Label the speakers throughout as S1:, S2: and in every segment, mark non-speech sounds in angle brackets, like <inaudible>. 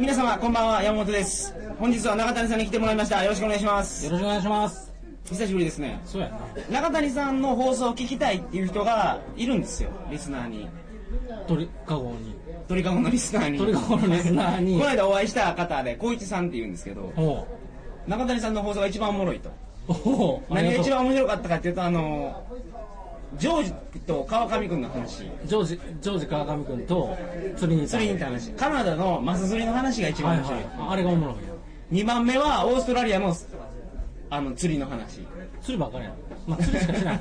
S1: 皆様こんばんは山本です本日は中谷さんに来てもらいましたよろしくお願いします
S2: よろしくお願いします
S1: 久しぶりですね
S2: そうやな
S1: 中谷さんの放送を聞きたいっていう人がいるんですよリスナーに
S2: 鳥かごに
S1: 鳥かごのリスナーに
S2: 鳥かごのリスナー
S1: <laughs>
S2: に
S1: この間お会いした方で光一さんっていうんですけど
S2: おう
S1: 中谷さんの放送が一番おもろいと
S2: おう
S1: 何が一
S2: あ
S1: 番面白かったかっていうとあのジョージと川上君の話
S2: りがとうジョージジョージ川上君と釣りに行った
S1: 釣りに行った話カナダのマス釣りの話が一
S2: は
S1: 番
S2: い
S1: 面白い、
S2: はいあれがおもろいよ
S1: 2番目はオーストラリアのあの釣りの話
S2: 釣りばっかりやん
S1: <laughs>
S2: まあ釣りしかしない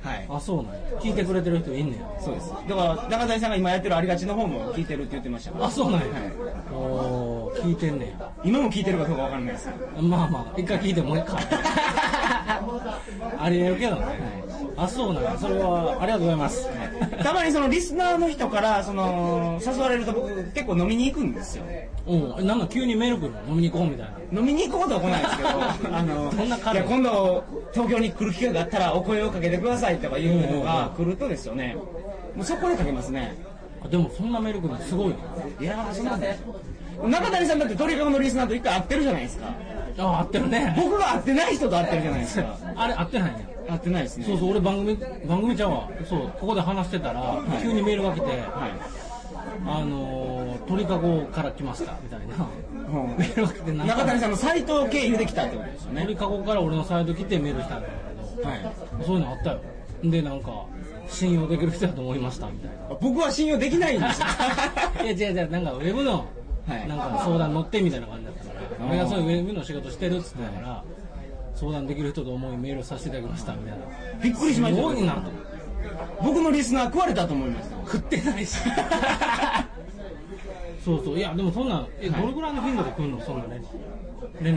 S1: はい
S2: あそうなんや聞いてくれてる人いんねん
S1: そうですだから中谷さんが今やってるありがちの方も聞いてるって言ってましたから
S2: あそうなんや、
S1: は
S2: おー聞いてんねや
S1: い今も聞いてるかどうかわからないですけど
S2: まあまあ一回聞いてもう一回ありえるけどね、あそうなんやそれはありがとうございます、
S1: たまにそのリスナーの人からその誘われると僕結構飲みに行くんですよ
S2: うんなんか急にメール来るの飲みに行こうみたいな
S1: 飲みに行くことは来ないですけど <laughs> あ
S2: そんな
S1: のい
S2: 軽い
S1: や今度東京に来る機会があったらお声をかけてくださいとかいうのが来るとですよねもうそこでかけますね
S2: あでもそんなメール来るのすごいよ
S1: いやーそうなんですよ中谷さんだって鳥かごのリスナーと一回会ってるじゃないですか
S2: あ合ってるね
S1: 僕が会ってない人と会ってるじゃないですか
S2: あれ合ってないね
S1: <laughs> 会ってないですね
S2: そうそう俺番組番組ちゃんはそうここで話してたら、急にメールが来て、
S1: はい
S2: あのー、鳥かごから来ましたみたいなメールが来て
S1: うん
S2: な
S1: 中谷さんのサイト経由で来たってことですよね
S2: 鳥かごから俺のサイト来てメールしたんだけど、
S1: はい
S2: そういうのあったよでなんか信用できる人だと思いましたみたいな
S1: 僕は信用できないんですよ <laughs>
S2: いや違う違うなんかウェブの、
S1: はい
S2: なんか相談乗ってみたいな感じだったから
S1: ー
S2: 俺がそういうウェブの仕事してるっつってたから、相談できる人と思いメールさせていただきましたみたいな
S1: びっくりしますした
S2: ごいなと
S1: 僕のリスナー食われたと思いました
S2: 食ってないしそうそういやでもそんなんえ、どれぐらいの頻度で来るのそんな連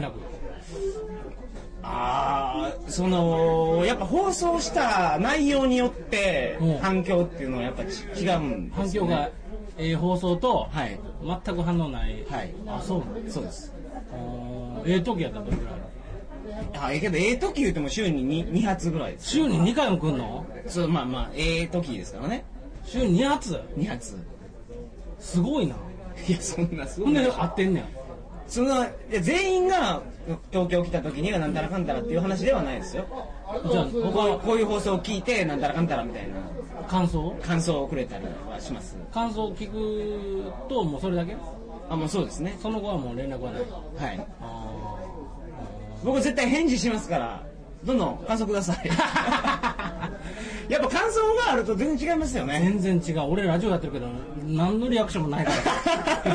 S2: 連絡
S1: <laughs> ああそのやっぱ放送した内容によって
S2: うん
S1: 反響っていうのはやっぱち違うんで
S2: 反
S1: す
S2: 響
S1: よ、
S2: が
S1: ね、、
S2: えー放送と、
S1: はい
S2: 全く反応ない、
S1: はい
S2: あそうなの
S1: そうです
S2: あーええ時やったらどれぐらい
S1: あええけどええ時言うても週に 2, 2発ぐらいです
S2: 週に2回も来んの
S1: そうまあまあええ時ですからね
S2: 週に2発
S1: 2発
S2: すごいない
S1: やそんなすご
S2: ほ
S1: い
S2: んで合ってんねん
S1: そのいや全員が東京来た時にはなんたらかんたらっていう話ではないですよ
S2: じゃあ
S1: こう
S2: 他
S1: こういう放送を聞いてなんたらかんたらみたいな
S2: 感想
S1: 感想をくれたりはします
S2: 感想聞くともうそれだけ
S1: あもうそうですね
S2: その後はもう連絡はない
S1: はい
S2: あ
S1: 僕絶対返事しますからどんどん感想くださ
S2: <laughs>
S1: いやっぱ感想があると全然違いますよ
S2: ー
S1: ね
S2: 全然違う俺ラジオやってるけど何のリアクションもないか ら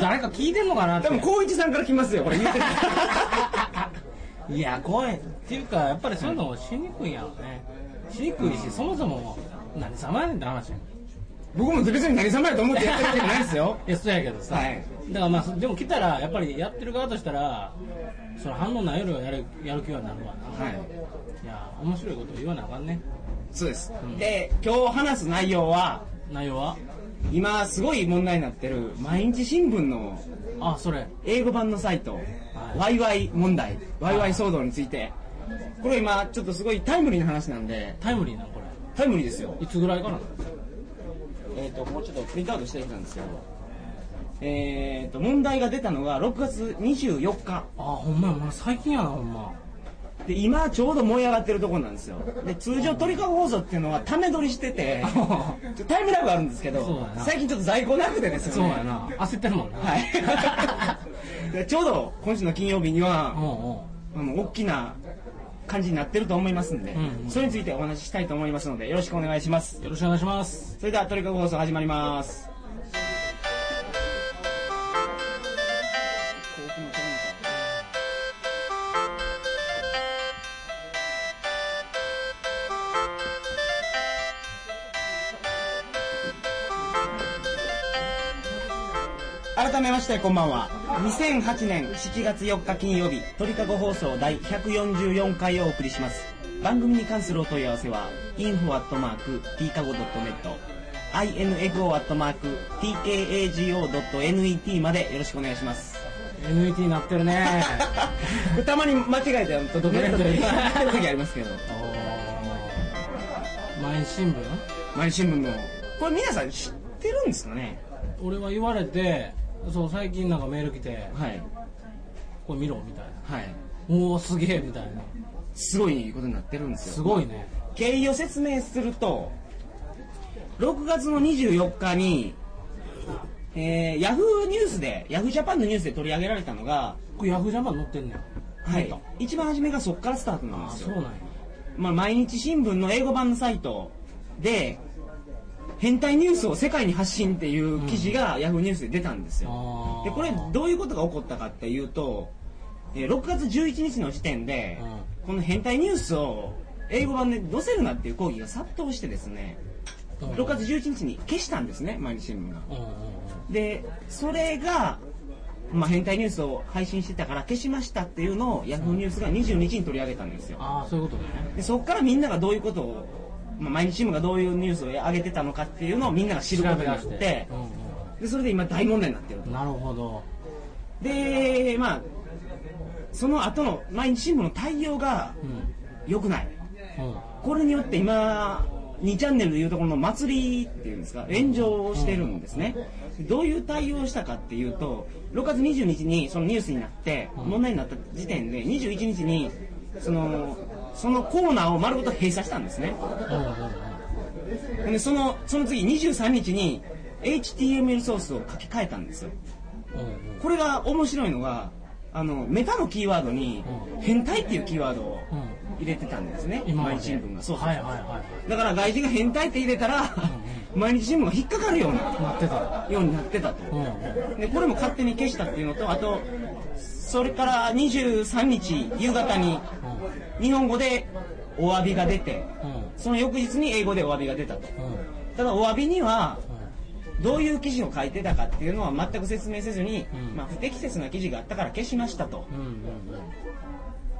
S1: <laughs>
S2: 誰か聞いてんのかなって
S1: 多分光一さんから来ますよこ
S2: <laughs>
S1: れ言うてる
S2: いや怖いっていうかやっぱりそういうのしにくいやろねしにくいしそもそも何様やねんって話やん
S1: 僕も別に何様やと思ってやってるわけじゃないですよ
S2: いやそうやけどさ、
S1: はい
S2: だからまあでも来たらやっぱりやってる側としたらその反応ないよりはやるやる気はなるわな、
S1: はい
S2: い、や面白いこと言わなあかんね
S1: そうです、で今日話す内容は
S2: 内容は
S1: 今すごい問題になってる毎日新聞の
S2: あそれ
S1: 英語版のサイト、
S2: は
S1: ワイワイ問題、ワイワイ騒動について、これ今、ちょっとすごいタイムリーな話なんで、
S2: タイムリーなこれ
S1: タイムリーですよ、
S2: いつぐらいかな
S1: えっともうちょっとプリントアウトしてきたんですけど、えっと問題が出たのが6月24日
S2: あほんまやもう最近やなほんま
S1: で、今ちょうど燃え上がってるところなんですよ、で通常、鳥かご放送っていうのは、ため撮りして
S2: <laughs>
S1: て、ちょタイムラグあるんですけ
S2: そう
S1: ど
S2: や、な
S1: 最近ちょっと在庫なくてですよね。
S2: そうやな焦ってるもんな
S1: はい、 <laughs> でちょうど今週の金曜日には、あの大きな感じになってると思いますんで、
S2: うんうん
S1: それについてお話ししたいと思いますのでよろしくお願いします
S2: うんうんよろしくお願いします
S1: それではトリカゴ放送始まります改めましてこんばんは2008年7月4日金曜日鳥かご放送第144回をお送りします番組に関するお問い合わせは info.tkago.net info.tkago.net までよろしくお願いします
S2: <laughs>
S1: <laughs>
S2: NET になってるね <laughs>
S1: たまに間違えてあの届けない <laughs> 時ありますけど
S2: おー毎日新聞
S1: 毎日新聞のこれ皆さん知ってるんですかね
S2: 俺は言われてそう最近なんかメール来て
S1: はい
S2: 「これ見ろ」みたいな
S1: はい
S2: 「おおすげえ」みたいな
S1: すごいことになってるんですよ
S2: すごいね
S1: 経緯を説明すると6月の24日に、えー、ヤフーニュースでヤフージャパンのニュースで取り上げられたのが、
S2: これヤフージャパン載ってんねん
S1: はい
S2: 見た、
S1: 一番初めがそこからスタートなん
S2: ああ
S1: です
S2: そう
S1: よ
S2: なんや
S1: まあ、毎日新聞の英語版のサイトで変態ニュースを世界に発信っていう記事がヤフーニュースで出たんですよ、
S2: あ
S1: でこれどういうことが起こったかっていうと、えー6月11日の時点で、
S2: う
S1: この変態ニュースを英語版で載せるなっていう抗議が殺到してですね6月11日に消したんですね毎日新聞が
S2: うんうんうん
S1: でそれが、まあ、変態ニュースを配信してたから消しましたっていうのをヤフーニュースが22日に取り上げたんですよ
S2: ああそういうことね
S1: でそこからみんながどういうことを、まあ、毎日新聞がどういうニュースを上げてたのかっていうのをみんなが知ることになっ
S2: 調
S1: て
S2: べ出してうん
S1: でそれで今大問題になってる
S2: うん
S1: と
S2: なるほど
S1: でまあその後の毎日新聞の対応が
S2: うん
S1: 良くない
S2: うん
S1: これによって今2チャンネルでいうところの祭りっていうんですか炎上をしてるんですねどういう対応をしたかっていうと6月22日にそのニュースになって
S2: うん
S1: 問題になった時点で21日にそのそのコーナーを丸ごと閉鎖したんですね
S2: うんうんうん
S1: でそのその次23日に HTML ソースを書き換えたんですよ
S2: うんうん
S1: これが面白いのがあのメタのキーワードに「
S2: う
S1: 変態」っていうキーワードを
S2: うん
S1: 入れてたんですね
S2: 今まで
S1: 毎日新聞がそうそう
S2: はいはいはい
S1: だから外人が変態って入れたら、 <laughs> 毎日新聞が引っかかるような
S2: なってた
S1: ようになってたと、
S2: うんうん
S1: でこれも勝手に消したっていうのとあとそれから23日夕方に日本語でお詫びが出て
S2: う
S1: その翌日に英語でお詫びが出たと
S2: んうんうん
S1: ただお詫びにはどういう記事を書いてたかっていうのは全く説明せずに、
S2: うん
S1: まあ、不適切な記事があったから消しましたと
S2: うんうんうん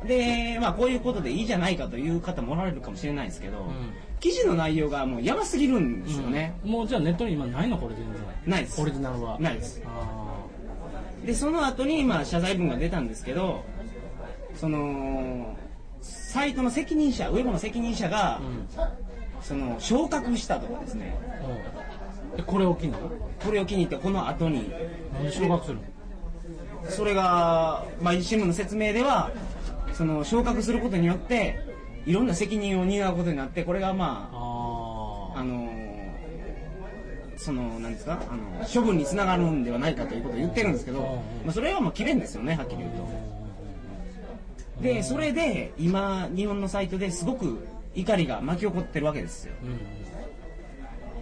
S1: で、まあ、こういうことでいいじゃないかという方もおられるかもしれないですけど、
S2: ん
S1: 記事の内容がもうやばすぎるんですよね、
S2: もうじゃあネットに今ないのこれ全然
S1: ないです
S2: オリジナルは
S1: ないです
S2: あ
S1: でその後にまあ謝罪文が出たんですけどそのサイトの責任者ウェブの責任者が
S2: あ、うん
S1: その昇格したとかですね
S2: うんでこれを機に
S1: これを機に入ってこの後に
S2: 何で昇格するの
S1: それが毎日新聞の説明ではその昇格することによっていろんな責任を担うことになってこれがまあ
S2: あ
S1: あ
S2: あ
S1: のそのなんですかあの処分につながるんではないかということを言ってるんですけど、まあ、それはもう奇弁ですよねはっきり言うと。でそれで今日本のサイトですごく怒りが巻き起こってるわけですよ
S2: うんうん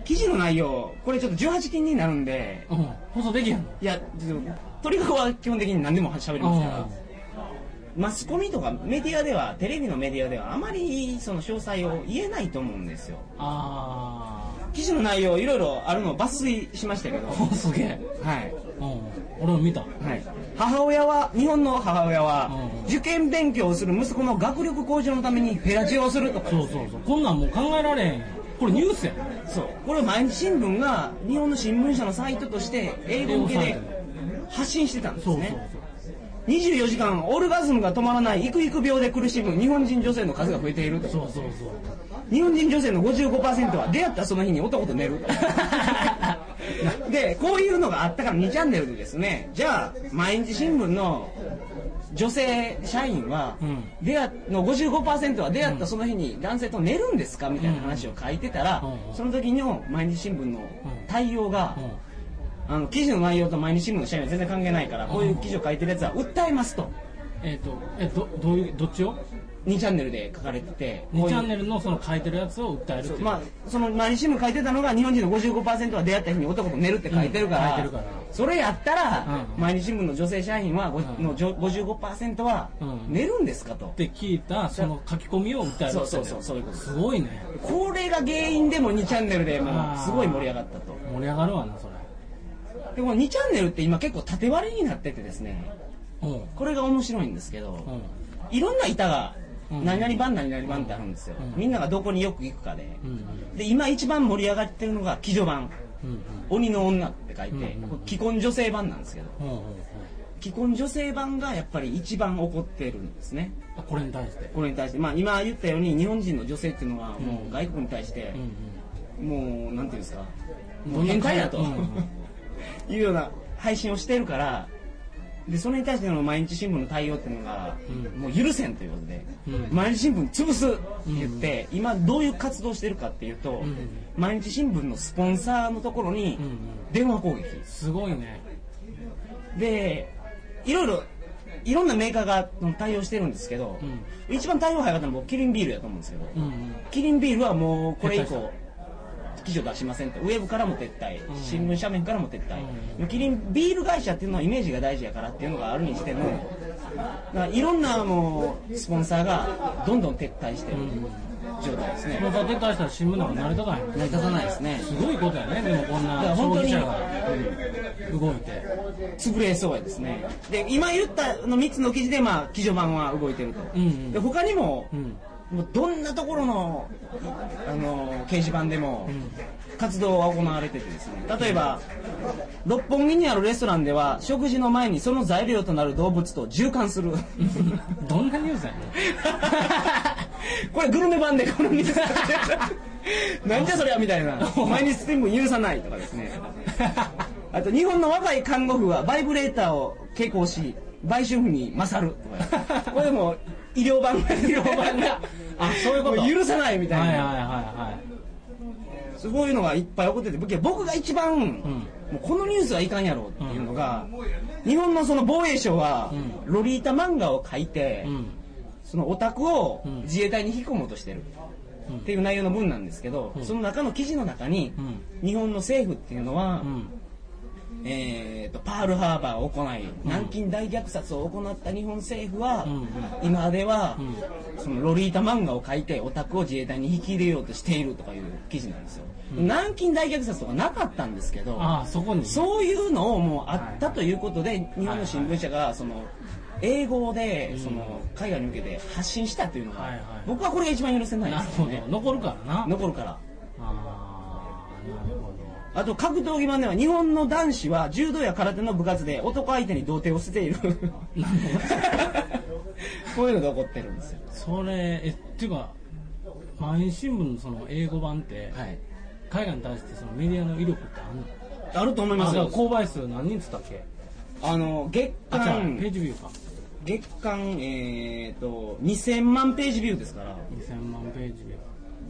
S1: 記事の内容これちょっと18禁になるんで
S2: うん放送できへんの
S1: いやちょっと鳥籠は基本的に何でも喋りますからマスコミとかメディアではテレビのメディアではあまりその詳細を言えないと思うんですよ
S2: あ
S1: 記事の内容いろいろあるのを抜粋しましたけど
S2: あすげえ
S1: はい
S2: うん俺も見た
S1: はい、母親は日本の母親は
S2: うんうん
S1: 受験勉強をする息子の学力向上のためにフェラチオをするとか
S2: そうそうそうこんなんもう考えられへんこれニュースやん
S1: そうこれを毎日新聞が日本の新聞社のサイトとして英語向けで発信してたんです
S2: そ
S1: ね
S2: うそうそう
S1: 24時間オルガズムが止まらない育育病で苦しむ日本人女性の数が増えていると
S2: そうそうそう
S1: 日本人女性の55%は出会ったその日に男と寝るでこういうのがあったから2チャンネルでですねじゃあ毎日新聞の女性社員は、
S2: うん
S1: 出会っの55%は出会ったその日に男性と寝るんですかみたいな話を書いてたら、
S2: うん
S1: その時の毎日新聞の対応が、
S2: う
S1: あの記事の内容と毎日新聞の社員は全然関係ないからこういう記事を書いてるやつは訴えますと
S2: んえっとえどどういうどっちを
S1: 2チャンネルで書かれててこ
S2: 2
S1: うい
S2: チ
S1: う
S2: ャンネルのその書いてるやつを訴えるっていう
S1: まあ、その毎日新聞書いてたのが日本人の55%は出会った日に男と寝るって書いてるから,、
S2: うん書いてるから
S1: それやったら、
S2: うん
S1: 毎日新聞の女性社員は、ご
S2: うん
S1: のじょ55%は
S2: うん
S1: 寝るんですかと
S2: っ、て聞いたその書き込みを訴える
S1: そうそうそうそういうことです
S2: すごいね
S1: これが原因でも2チャンネルでも
S2: あ
S1: う
S2: ー
S1: すごい盛り上がったと
S2: 盛り上がるわなそれ
S1: でこの2チャンネルって今結構縦割りになっててですね
S2: うん
S1: これが面白いんですけど、
S2: うん
S1: いろんな板が
S2: うん
S1: 何々番何々番ってあるんですよ、
S2: うん
S1: みんながどこによく行くかで
S2: うん
S1: で今一番盛り上がってるのが「騎乗版」
S2: うん
S1: 鬼の女って書いて、
S2: うんうん
S1: これ既婚女性版なんですけど
S2: うんうんうんうん
S1: 既婚女性版がやっぱり一番起こってるんですね
S2: あこれに対して
S1: これに対してまあ今言ったように日本人の女性っていうのはも
S2: う
S1: うん外国に対して
S2: うん、
S1: もうなんていうんですか
S2: うん
S1: もう変態だと、
S2: うんうん
S1: <laughs> いうような配信をしてるからでそれに対しての毎日新聞の対応っていうのが、
S2: うん
S1: もう許せんということで、
S2: うん
S1: 毎日新聞潰すって言って、今どういう活動してるかっていうと、
S2: ん
S1: 毎日新聞のスポンサーのところに
S2: うんうん
S1: 電話攻撃、
S2: すごいね
S1: でいろいろいろんなメーカーが対応してるんですけど、一番対応早かったのは僕キリンビールやと思うんですけど、
S2: うんうん
S1: キリンビールはもうこれ以
S2: 撤退
S1: 降記事を出しませんってウェブからも撤退、
S2: うん
S1: 新聞社面からも撤退、
S2: うん
S1: キリンビール会社っていうのはイメージが大事やからっていうのがあるにしてもだからいろんなもうスポンサーがどんどん撤退してる状態ですね、
S2: もうだって大したら新聞なんか成り立たないもん
S1: 成り立たないですね
S2: すごいことやねでもこん
S1: だから
S2: な消
S1: 本当
S2: 費
S1: に
S2: 者が動いて
S1: 潰れそうやですねで今言ったあの3つの記事でまあ記事版は動いてると、
S2: うんうん
S1: で他にも、
S2: うん <laughs>
S1: もうどんなところのあの掲示板でも
S2: うん
S1: 活動が行われててですね例えば六本木にあるレストランでは食事の前にその材料となる動物と循環する
S2: どんなニュースやね
S1: <laughs> これグルメ版でこのニュースなんじゃそりゃみたいな毎日新聞許さないとかです
S2: <laughs>
S1: ねあと日本の若い看護婦はバイブレーターを携行し売春婦に勝る
S2: <laughs>
S1: とかこれでも医療版が医療 <laughs>
S2: 版があそういうこと
S1: も許さないみたい
S2: はい
S1: な、
S2: はいはいは
S1: そういうのがいっぱい起こってて僕僕が一番、もうこのニュースはいかんやろっていうのが、日本のその防衛省は、
S2: う
S1: ロリータ漫画を書いて、
S2: いうん
S1: そのオタクを
S2: うん
S1: 自衛隊に引き込もうとしてる
S2: うん
S1: っていう内容の文なんですけど、
S2: ん
S1: その中の記事の中に、日本の政府っていうのは、
S2: うん
S1: えー、とパールハーバーを行い南京大虐殺を行った日本政府は、
S2: うん
S1: 今では、
S2: う
S1: そのロリータ漫画を書いてオタクを自衛隊に引き入れようとしているとかいう記事なんですよ、南京大虐殺とかなかったんですけど
S2: ああそこに
S1: そういうのをもうあったということで、日本の新聞社がその英語でその海外に向けて発信したというのが、
S2: はいはい
S1: 僕はこれが一番許せない
S2: な
S1: で
S2: る
S1: す
S2: ほ
S1: よ
S2: ど
S1: ね
S2: 残るからな
S1: 残るから
S2: ああなるほど
S1: あと格闘技版では日本の男子は柔道や空手の部活で男相手に童貞をしている <laughs> こういうのが起こってるんですよ
S2: それえっていうか毎日新聞のその英語版って、
S1: はい
S2: 海外に対してそのメディアの威力ってあるの
S1: あると思いま
S2: あ
S1: す
S2: だから
S1: よ
S2: 購買数何人っつったっけ
S1: あの月
S2: あじゃあペー
S1: 間
S2: ジビューか
S1: 月間えっ、と2000万ページビューですから
S2: 2000万ページ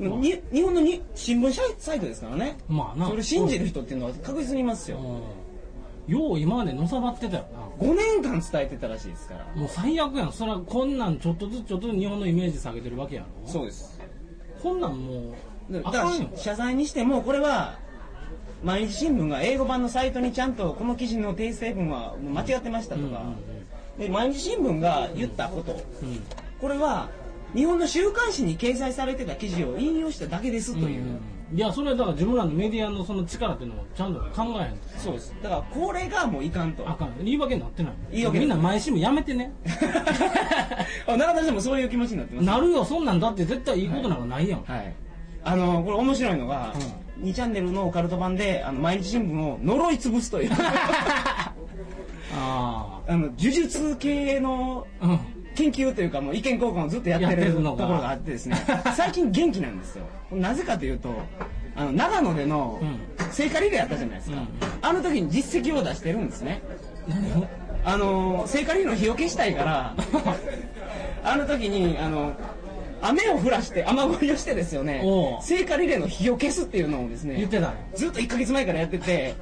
S2: ビュ
S1: に日本のに新聞社サイトですからね
S2: ーまあな
S1: それ信じる人っていうのは確実にいます
S2: う
S1: よ
S2: んよう今までのさばってたよな
S1: 5年間伝えてたらしいですから
S2: もう最悪やんそれはこんなんちょっとずつちょっとずつ日本のイメージ下げてるわけやろ
S1: そうです
S2: こんなんもう
S1: だ
S2: あ
S1: か
S2: からんよ
S1: 謝罪にしてもこれは毎日新聞が英語版のサイトにちゃんとこの記事の訂正文は間違ってましたとか、で毎日新聞が言ったこと、
S2: うん
S1: これは日本の週刊誌に掲載されてた記事を引用しただけですという、
S2: いやそれはだから自分らのメディアのその力っていうのをちゃんと考えへんと
S1: そうですだからこれがもういかんと <laughs>
S2: あかん言い訳になってない
S1: 言い訳
S2: み
S1: に
S2: ん
S1: な
S2: な毎週もやめてね
S1: あ中田さんもそういう気持ちになってます
S2: なるよそんなんだって絶対いいことなんかないやん、
S1: はいあのこれ面白いのが、2チャンネルのオカルト版であの毎日新聞を呪い潰すという
S2: あ
S1: あの呪術系の
S2: あうん
S1: 研究というかもう意見交換をずっとやって
S2: やっ
S1: る
S2: てる
S1: と
S2: の
S1: こ
S2: が
S1: ろがあってですね最近元気なんですよなぜかというとあの長野での
S2: うん
S1: 聖火リレーあったじゃないですか、
S2: うんうん
S1: あの時に実績を出してるんですね
S2: 何を
S1: あの聖火リレーの日を消したいから
S2: <laughs>
S1: あの時にあの雨を降らして雨乞いをしてですよね
S2: おう
S1: 聖火リレーの日を消すっていうのをですね
S2: 言ってたんや
S1: ずっと1ヶ月前からやってて、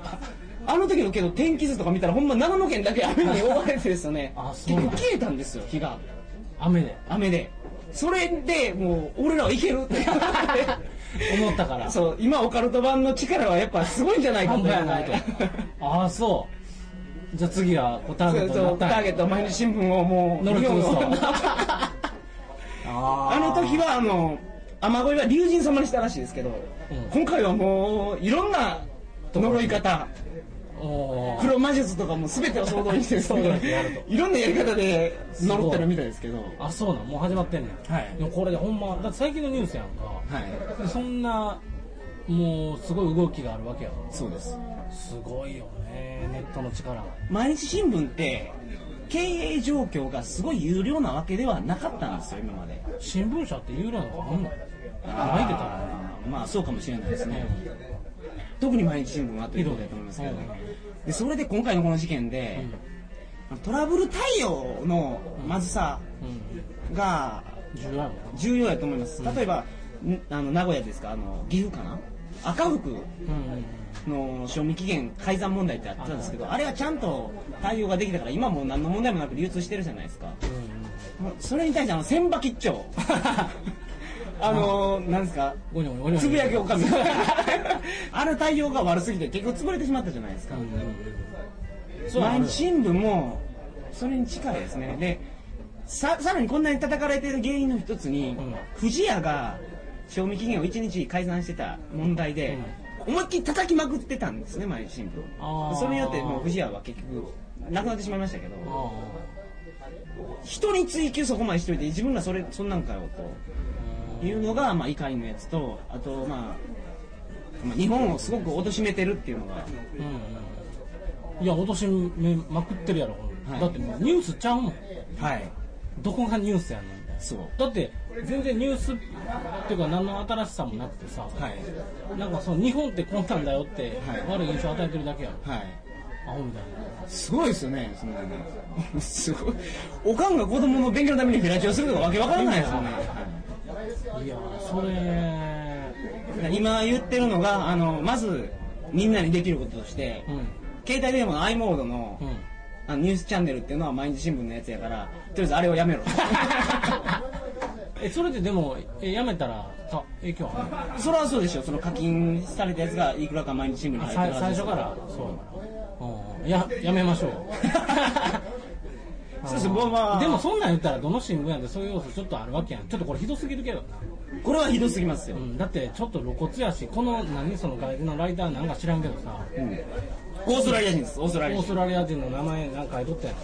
S1: あの時のけど天気図とか見たらほんま長野県だけ雨に覆われてですよね
S2: あ。そう
S1: 結構消えたんですよ、日が。
S2: 雨で
S1: 雨で。それでもう俺らはいけるっていうこと
S2: 思ったから
S1: で。そう、今オカルト版の力はやっぱすごいんじゃないか
S2: 半
S1: と。
S2: 分やないとああそうじゃあ次はこうターゲ
S1: そう
S2: ット
S1: そう
S2: に
S1: タ
S2: なった
S1: ーゲット毎日新聞をもう
S2: 乗る潰そう
S1: 日本を
S2: あ
S1: あの時はあの雨乞いは龍神様にしたらしいですけど、
S2: うん
S1: 今回はもういろんな呪い方
S2: おー
S1: 黒魔術とかも全てを総動員してですね
S2: 総動員してやる
S1: いろんなやり方で呪ってるみたいですけど
S2: あそうなんもう始まってんねん、
S1: はい
S2: でもこれでほんまだって最近のニュースやんか、
S1: はい
S2: でそんなもうすごい動きがあるわけやろ
S1: そうです
S2: すごいよねネットの力は
S1: 毎日新聞って経営状況がすごい有料なわけではなかったんですよ今まで
S2: 新聞社って有料なんかあんのないでたら
S1: あーまあそうかもしれないですね特に毎日新聞はということだと思いますけどね、でそれで今回のこの事件で、トラブル対応のまずさ
S2: うん
S1: が
S2: 重要やもん
S1: 重要やと思います、例えばんあの名古屋ですかあの岐阜かな赤福
S2: うん
S1: の賞味期限改ざん問題ってあったんですけどあれはちゃんと対応ができたから今もう何の問題もなく流通してるじゃないですかもうそれに対してあの千葉吉兆 <laughs> あのなんですか
S2: ゴニョゴニョゴニョ
S1: つぶやきおかみ
S2: う
S1: <laughs> あの対応が悪すぎて結局潰れてしまったじゃないですか、
S2: んそうな
S1: 毎
S2: の
S1: 日新聞もそれに近いですねでささらにこんなに叩かれている原因の一つに、
S2: ん
S1: 不二家が賞味期限を1日改ざんしてた問題で、思いっきり叩きまくってたんですね毎日新
S2: あ
S1: 聞
S2: ー
S1: それによってもう不二家は結局なくなってしまいましたけど
S2: ああ
S1: 人に追求そこまでしといて自分らそれそんなんかよというのが、まあ、怒りのやつとあと、まあ、まあ日本をすごく貶めてるっていうのが
S2: うんいや落としめまくってるやろ、
S1: はい
S2: だってもうニュースちゃうもん
S1: はい
S2: どこがニュースやねん
S1: そう
S2: だって全然ニュースっていうか何の新しさもなくてさ、
S1: はい
S2: なんかその日本ってこんなんだよって
S1: はい
S2: 悪い印象与えてるだけやろ、
S1: はい
S2: アホみたい
S1: すごいですよね、そんなのすごい。おかんが子供の勉強のためにフェラチオするとかわけわからないですもんね。
S2: ないやそれ
S1: 今言ってるのが、あの、まず、みんなにできることとして、
S2: うん
S1: 携帯電話の i モードの,、
S2: うん <laughs>
S1: あのニュースチャンネルっていうのは毎日新聞のやつやから、とりあえずあれをやめろ。
S2: <laughs> えそれででもえやめたらさ影響あるの
S1: それはそうでしょ、その課金されたやつがいくらか毎日新聞に
S2: あ
S1: 入
S2: さ
S1: っ
S2: い
S1: てるは
S2: 最
S1: ずです
S2: 初からそう、うん、ややめま
S1: <laughs>
S2: しょう
S1: そうですまあまあ
S2: でもそんなん言ったらどの新聞やでそういう要素ちょっとあるわけやんちょっとこれひどすぎるけどな
S1: これはひどすぎますよ。
S2: うん、だってちょっと露骨やしこの何その外人のライターなんか知らんけどさ
S1: オーストラリア人です、オースト
S2: オ
S1: ラリア
S2: ース
S1: 人。
S2: トラリア人の名前なんか書いとったやん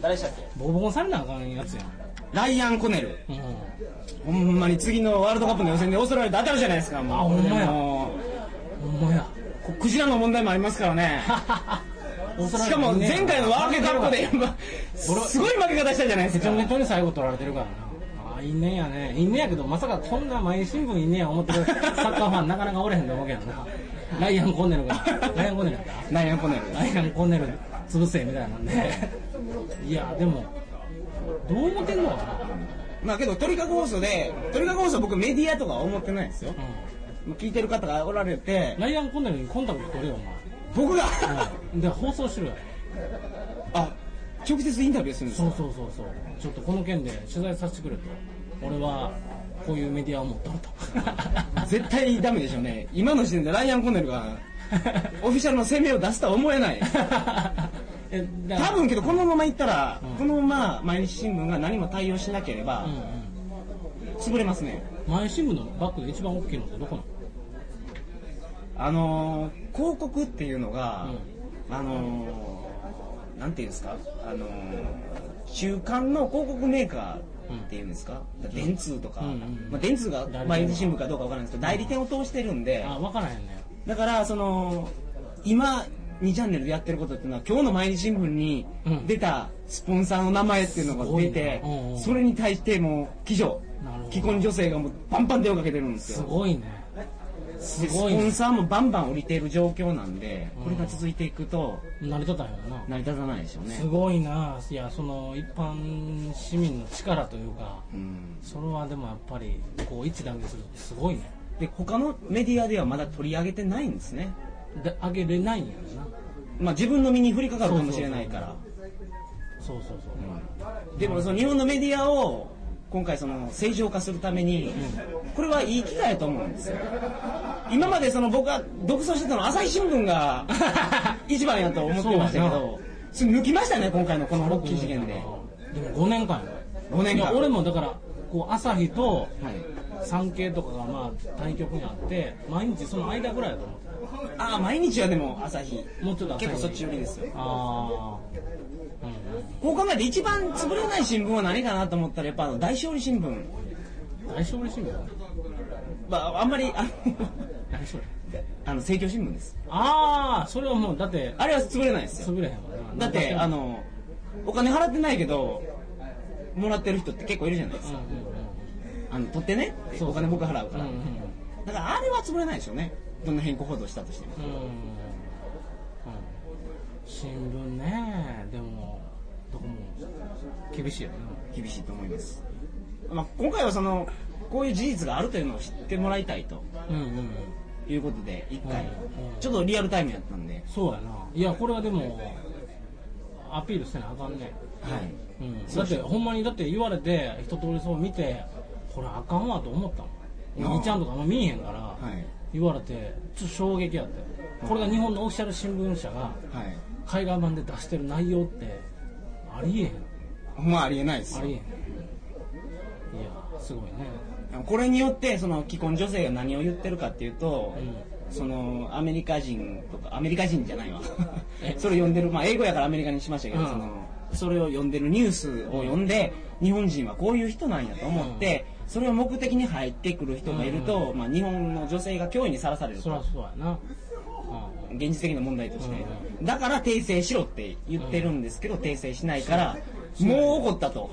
S3: 誰でしたっけ
S2: ボコボコにされなあかんやつやん、
S1: ライアン・コネル。
S2: う
S1: ほ
S2: ん、
S1: んまに次のワールドカップの予選でオーストラリアと当たるじゃないですか、もう。
S2: あほんまや
S1: もう
S2: ほんまや
S1: こクジラの問題もありますからね。
S2: オースト
S1: <laughs>
S2: ラリア
S1: しかも前回のワールドカップ
S2: <laughs>
S1: で、まあすごい負け方したじゃないです
S2: めち
S1: か
S2: ゃ。めちゃに最後取られてるからなああ因縁やね因縁やけどまさかこんな毎日新聞因縁や思ってるサッカーファンなかなかおれへんと思うけどなライアン・コンネルが
S1: <laughs>
S2: ライアン・コンネルやった
S1: なんやこねる。
S2: ライアン・コンネル潰せみたいなんでいやでもどう思ってんのかな、
S1: まあけど、鳥かご放送で、鳥かご放送僕メディアとかは思ってないですよ。
S2: う
S1: 聞いてる方がおられて
S2: ん、、ライアン・コンネルにコンタクト取れよお
S1: 僕が、
S2: 前、うん、で放送しろよ
S1: あ、直接インタビューするんです
S2: そ
S1: か
S2: うそうそうそうちょっとこの件で取材させてくれと俺はこういうメディアを持っとると
S1: 絶対ダメでしょうね。今の時点でライアン・コネルが、オフィシャルの声明を出すとは思えない。
S2: <laughs> えだから
S1: 多分けど、このままいったら、
S2: ん
S1: このまま毎日新聞が何も対応しなければ
S2: うん、うん
S1: 潰れますね。
S2: 前新聞のバッグで一番大きいのってどこなの
S1: あのー広告っていうのが、あのーなんていうんですか、あのー中間の広告メーカーっていうんですか、電通とか、
S2: うんうんうん
S1: まあ、電通が
S2: 代理店
S1: 毎日新聞かどうかわからないですけど、代理店を通してるんで、
S2: あ分からへんね
S1: だから、その、今、2チャンネルでやってることっていうのは、今日の毎日新聞に
S2: うん
S1: 出たスポンサーの名前っていうのが出て
S2: す、ごいなうんうん
S1: それに対してもう、記女
S2: なるほど、
S1: 既婚女性がもうバンバン手をかけてるんですよ。
S2: すごいねす
S1: でスポ
S2: ごいね
S1: ンサーもバンバン降りている状況なんで、これが続いていくと
S2: 成り立たんよな
S1: 成り立たないでしょう
S2: す
S1: ね。
S2: ごいないやその一般市民の力というか
S1: うん
S2: それはでもやっぱりこう一致団結するってすごいね
S1: で他のメディアではまだ取り上げてないんですね。
S2: であげれないんやろな
S1: まあ自分の身に降りかかるかもしれないから。
S2: そうそうそう、
S1: でもその日本のメディアを今回その正常化するために、これはいい機会やと思うんですよ。今までその僕が独走してたのは朝日新聞が <laughs> 一番やと思ってましたけ
S2: そうや
S1: ど、それ抜きましたね今回のこのロッキー事件で。
S2: でも5年間や
S1: 5年間
S2: いや俺もだからこう朝日と
S1: はい。
S2: 産経とかがまあ対局にあって毎日その間ぐらいだと思って
S1: ああ毎日はでも朝日。
S2: もうちょっと朝日
S1: 結構そっち寄りですよ。
S2: ああ
S1: こう考えて一番潰れない新聞は何かなと思ったらやっぱあの大勝利新聞、
S2: うん大勝利新聞
S1: まあ、あんまりあの <laughs>
S2: 大勝利
S1: あの政教新聞です
S2: ああそれはもうだって
S1: あれは潰れないですよ
S2: 潰れへんわな
S1: だってあのお金払ってないけどもらってる人って結構いるじゃないで
S2: う
S1: す
S2: ん
S1: か
S2: うんうん
S1: あの取ってねって
S2: そう
S1: お金僕払う
S2: う
S1: か
S2: ん
S1: らだからあれは潰れないでしょうねどんな変更報道したとしても
S2: うん、うん、新聞ねでもどこも厳しいよね
S1: 厳しいと思います、まあ、今回はそのこういう事実があるというのを知ってもらいたいと
S2: うんうんうん
S1: いうことで一回、
S2: うんうん
S1: ちょっとリアルタイムやったんで、
S2: そうやないやこれはでもアピールせなあかんね
S1: はい、
S2: うん、だってほんまにだって言われて一通りそう見てこれあかんわと思ったもん
S1: ああ
S2: 兄ちゃんとかあんま見えへんから、
S1: はい
S2: 言われてちょっと衝撃やったよこれが日本のオフィシャル新聞社が
S1: はい
S2: 海外版で出してる内容ってありえへん
S1: ほんまありえないです
S2: あ
S1: よ
S2: りえへんいやすごいね
S1: これによってその既婚女性が何を言ってるかっていうと、
S2: う
S1: そのアメリカ人とかアメリカ人じゃないわ <laughs> それを呼んでる、まあ、英語やからアメリカにしましたけど、
S2: うん
S1: そのそれを呼んでるニュースを読んで日本人はこういう人なんやと思って、それを目的に入ってくる人がいると、まあ、日本の女性が脅威にさらされる
S2: そりゃそうや
S1: <laughs>
S2: な、うん
S1: 現実的な問題として、だから訂正しろって言ってるんですけど、訂正しないからもう怒ったと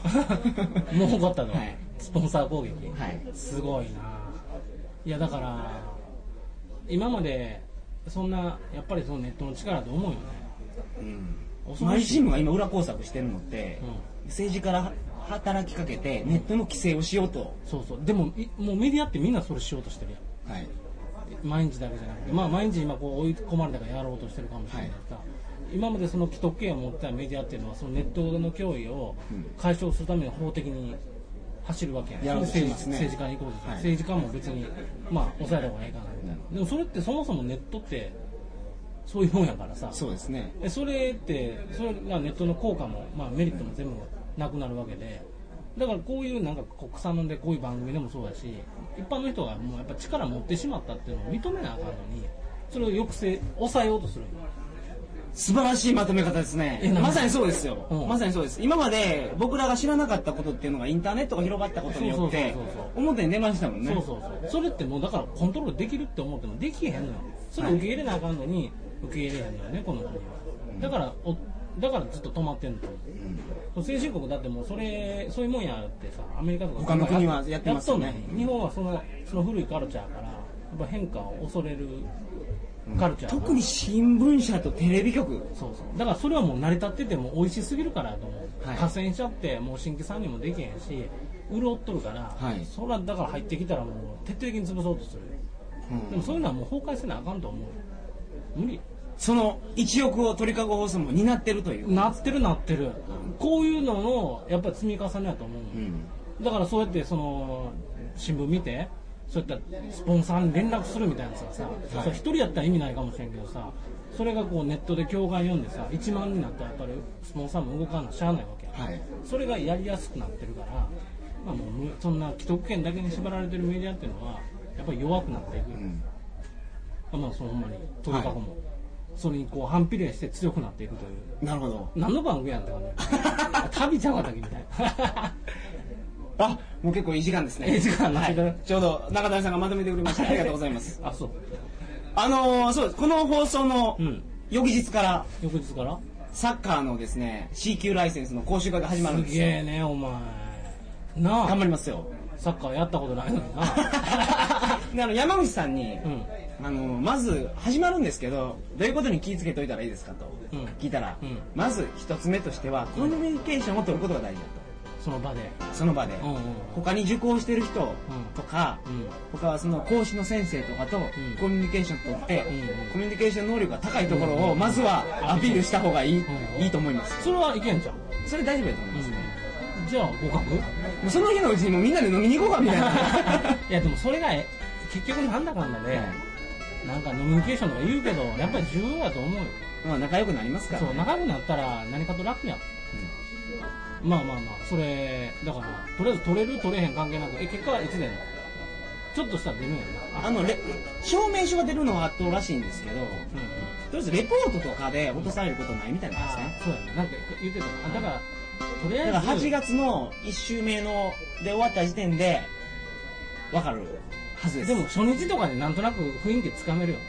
S2: <laughs> もう分かった
S1: <laughs>
S2: の、
S1: はい
S2: スポンサー攻撃、
S1: はい
S2: すごいないやだから今までそんなやっぱりそのネットの力だと思うよね
S1: うん、
S2: 恐ろ
S1: 毎
S2: しい
S1: 日新聞が今裏工作してるのって、
S2: う
S1: 政治から働きかけてネットの規制をしようと、
S2: そうそうでもいもうメディアってみんなそれしようとしてるやん
S1: はい、
S2: 毎日だけじゃなくてまあ毎日今こう追い込まれたからやろうとしてるかもしれないから、今までその既得権を持ったメディアっていうのはそのネットの脅威を解消するために法的に走るわけやん
S1: やろうとしてますね
S2: 政治家に行こうとする、
S1: はい
S2: 政治家も別にまあ抑えた方がいいかなみたいなでもそれってそもそもネットってそういうもんやからさ
S1: そうですね
S2: でそれってそれがネットの効果も、まあ、メリットも全部なくなるわけでだからこういうなんか国産のでこういう番組でもそうだし一般の人がもうやっぱ力持ってしまったっていうのを認めなあかんのにそれを抑制抑えようとするんよ
S1: 素晴らしいまとめ方です
S2: え
S1: ね
S2: なんで
S1: まさにそうですよ、
S2: うん
S1: まさにそうです今まで僕らが知らなかったことっていうのがインターネットが広がったことによって
S2: そうそうそうそう
S1: 表に出ましたもんね
S2: そうそうそうそれってもうだからコントロールできるって思ってもできへんのよそれを受け入れなあかんのに受け入れへんのよねこの国はだからおだからずっと止まってんのと思う先進国だってもうそれそういうもんやってさアメリカとか
S1: 他の国はやってますよね
S2: やっとんのに日本はそのその古いカルチャーからやっぱ変化を恐れるカルチャーが、
S1: 特に新聞社とテレビ局
S2: そうそうだからそれはもう成り立ってても美味しすぎるからやと思う、
S1: はい
S2: 河川しちゃってもう新規参入もできへんし潤っとるから、
S1: はい
S2: そらだから入ってきたらもう徹底的に潰そうとする、
S1: うん
S2: でもそういうのはもう崩壊せなあかんと思う無理
S1: その1億を鳥かご放送も担ってるという、
S2: なってるなってるこういうののやっぱり積み重ねやと思う、
S1: うん
S2: だからそうやってその新聞見てそういったスポンサーに連絡するみたいなやつがさそれ一、人やったら意味ないかもしれんけどさそれがこうネットで教会読んでさ1万になったらやっぱりスポンサーも動かなしゃあないわけや
S1: はい、
S2: それがやりやすくなってるから、まあ、もうむそんな既得権だけに縛られてるメディアっていうのはやっぱり弱くなっていく、
S1: うん
S2: まあそのほんまに鳥かごも、それにこう反比例して強くなっていくという
S1: なるほど
S2: 何の番組やんって感
S1: <laughs>
S2: じ旅ちゃうかったっけみたいな
S1: あもう結構いい時間ですね
S2: ええ時間にな
S1: は
S2: って
S1: い
S2: くる、
S1: ちょうど中谷さんがまとめてくれましたありがとうございます
S2: あそう
S1: あのーそうです。この放送の
S2: うん
S1: 翌日から、
S2: 翌日から
S1: サッカーのですね、C 級ライセンスの講習会が始まるんですす
S2: げ
S1: よ。
S2: えねお前
S1: 頑張り
S2: なあ
S1: ます
S2: <laughs>
S1: よ。
S2: サッカーやったことないの <laughs> にな
S1: で、あの、山口さんに、
S2: うん
S1: あのーまず、始まるんですけど、どういうことに気をつけといたらいいですかと
S2: うん
S1: 聞いたら、
S2: うん
S1: まず一つ目としては、コミュニケーションを取ることが大事だ
S2: その場で
S1: と。その場で。
S2: うんうん
S1: 他に受講してる人とか、
S2: うん
S1: 他はその講師の先生とかとコミュニケーション取って、
S2: うんうん
S1: コミュニケーション能力が高いところをまずはアピールした方がいい、
S2: うん
S1: いいと思います。
S2: それはいけんじゃん、
S1: それ大丈夫だと思います、
S2: うん、じゃあ合 <laughs> 格
S1: もうその日のうちにもうみんなで飲みに行こうかみ
S2: <laughs>
S1: たいな
S2: いやでもそれがえ結局なんだかんだで、なんか飲みニケーションとか言うけどやっぱり重要だと思うよ
S1: まあ仲良くなりますから
S2: そう長くなったら何かと楽やんまあまあまあそれだからとりあえず取れる取れへん関係なくえ結果はいつでもちょっとしたら出るんやんな
S1: あのレ証明書が出るのは後らしいんですけどと
S2: うんうん
S1: りあえずレポートとかで落とされることないみたいなんですね
S2: そうやねなんか言ってたなだからとりあえ
S1: だ
S2: ず
S1: から8月の1週目ので終わった時点で分かるはずです
S2: でも初日とかでなんとなく雰囲気つかめるよな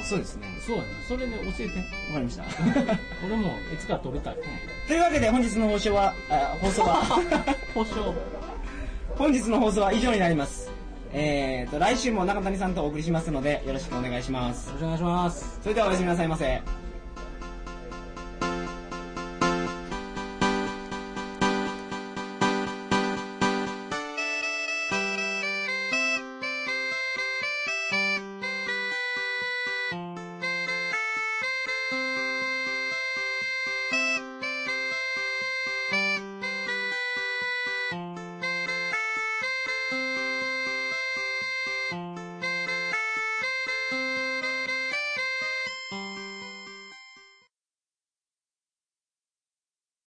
S1: あそうですね
S2: そうやねそれで教えて
S1: 分かりました <laughs>
S2: 俺もいつか取れたい
S1: というわけで本日の放 <laughs> 送はあ放送は
S2: 保証
S1: 本日の放送は以上になります、えー、と来週も中谷さんとお送りしますのでよろしくお願いします
S2: ろしくお願いします
S1: それではおやすみなさいませ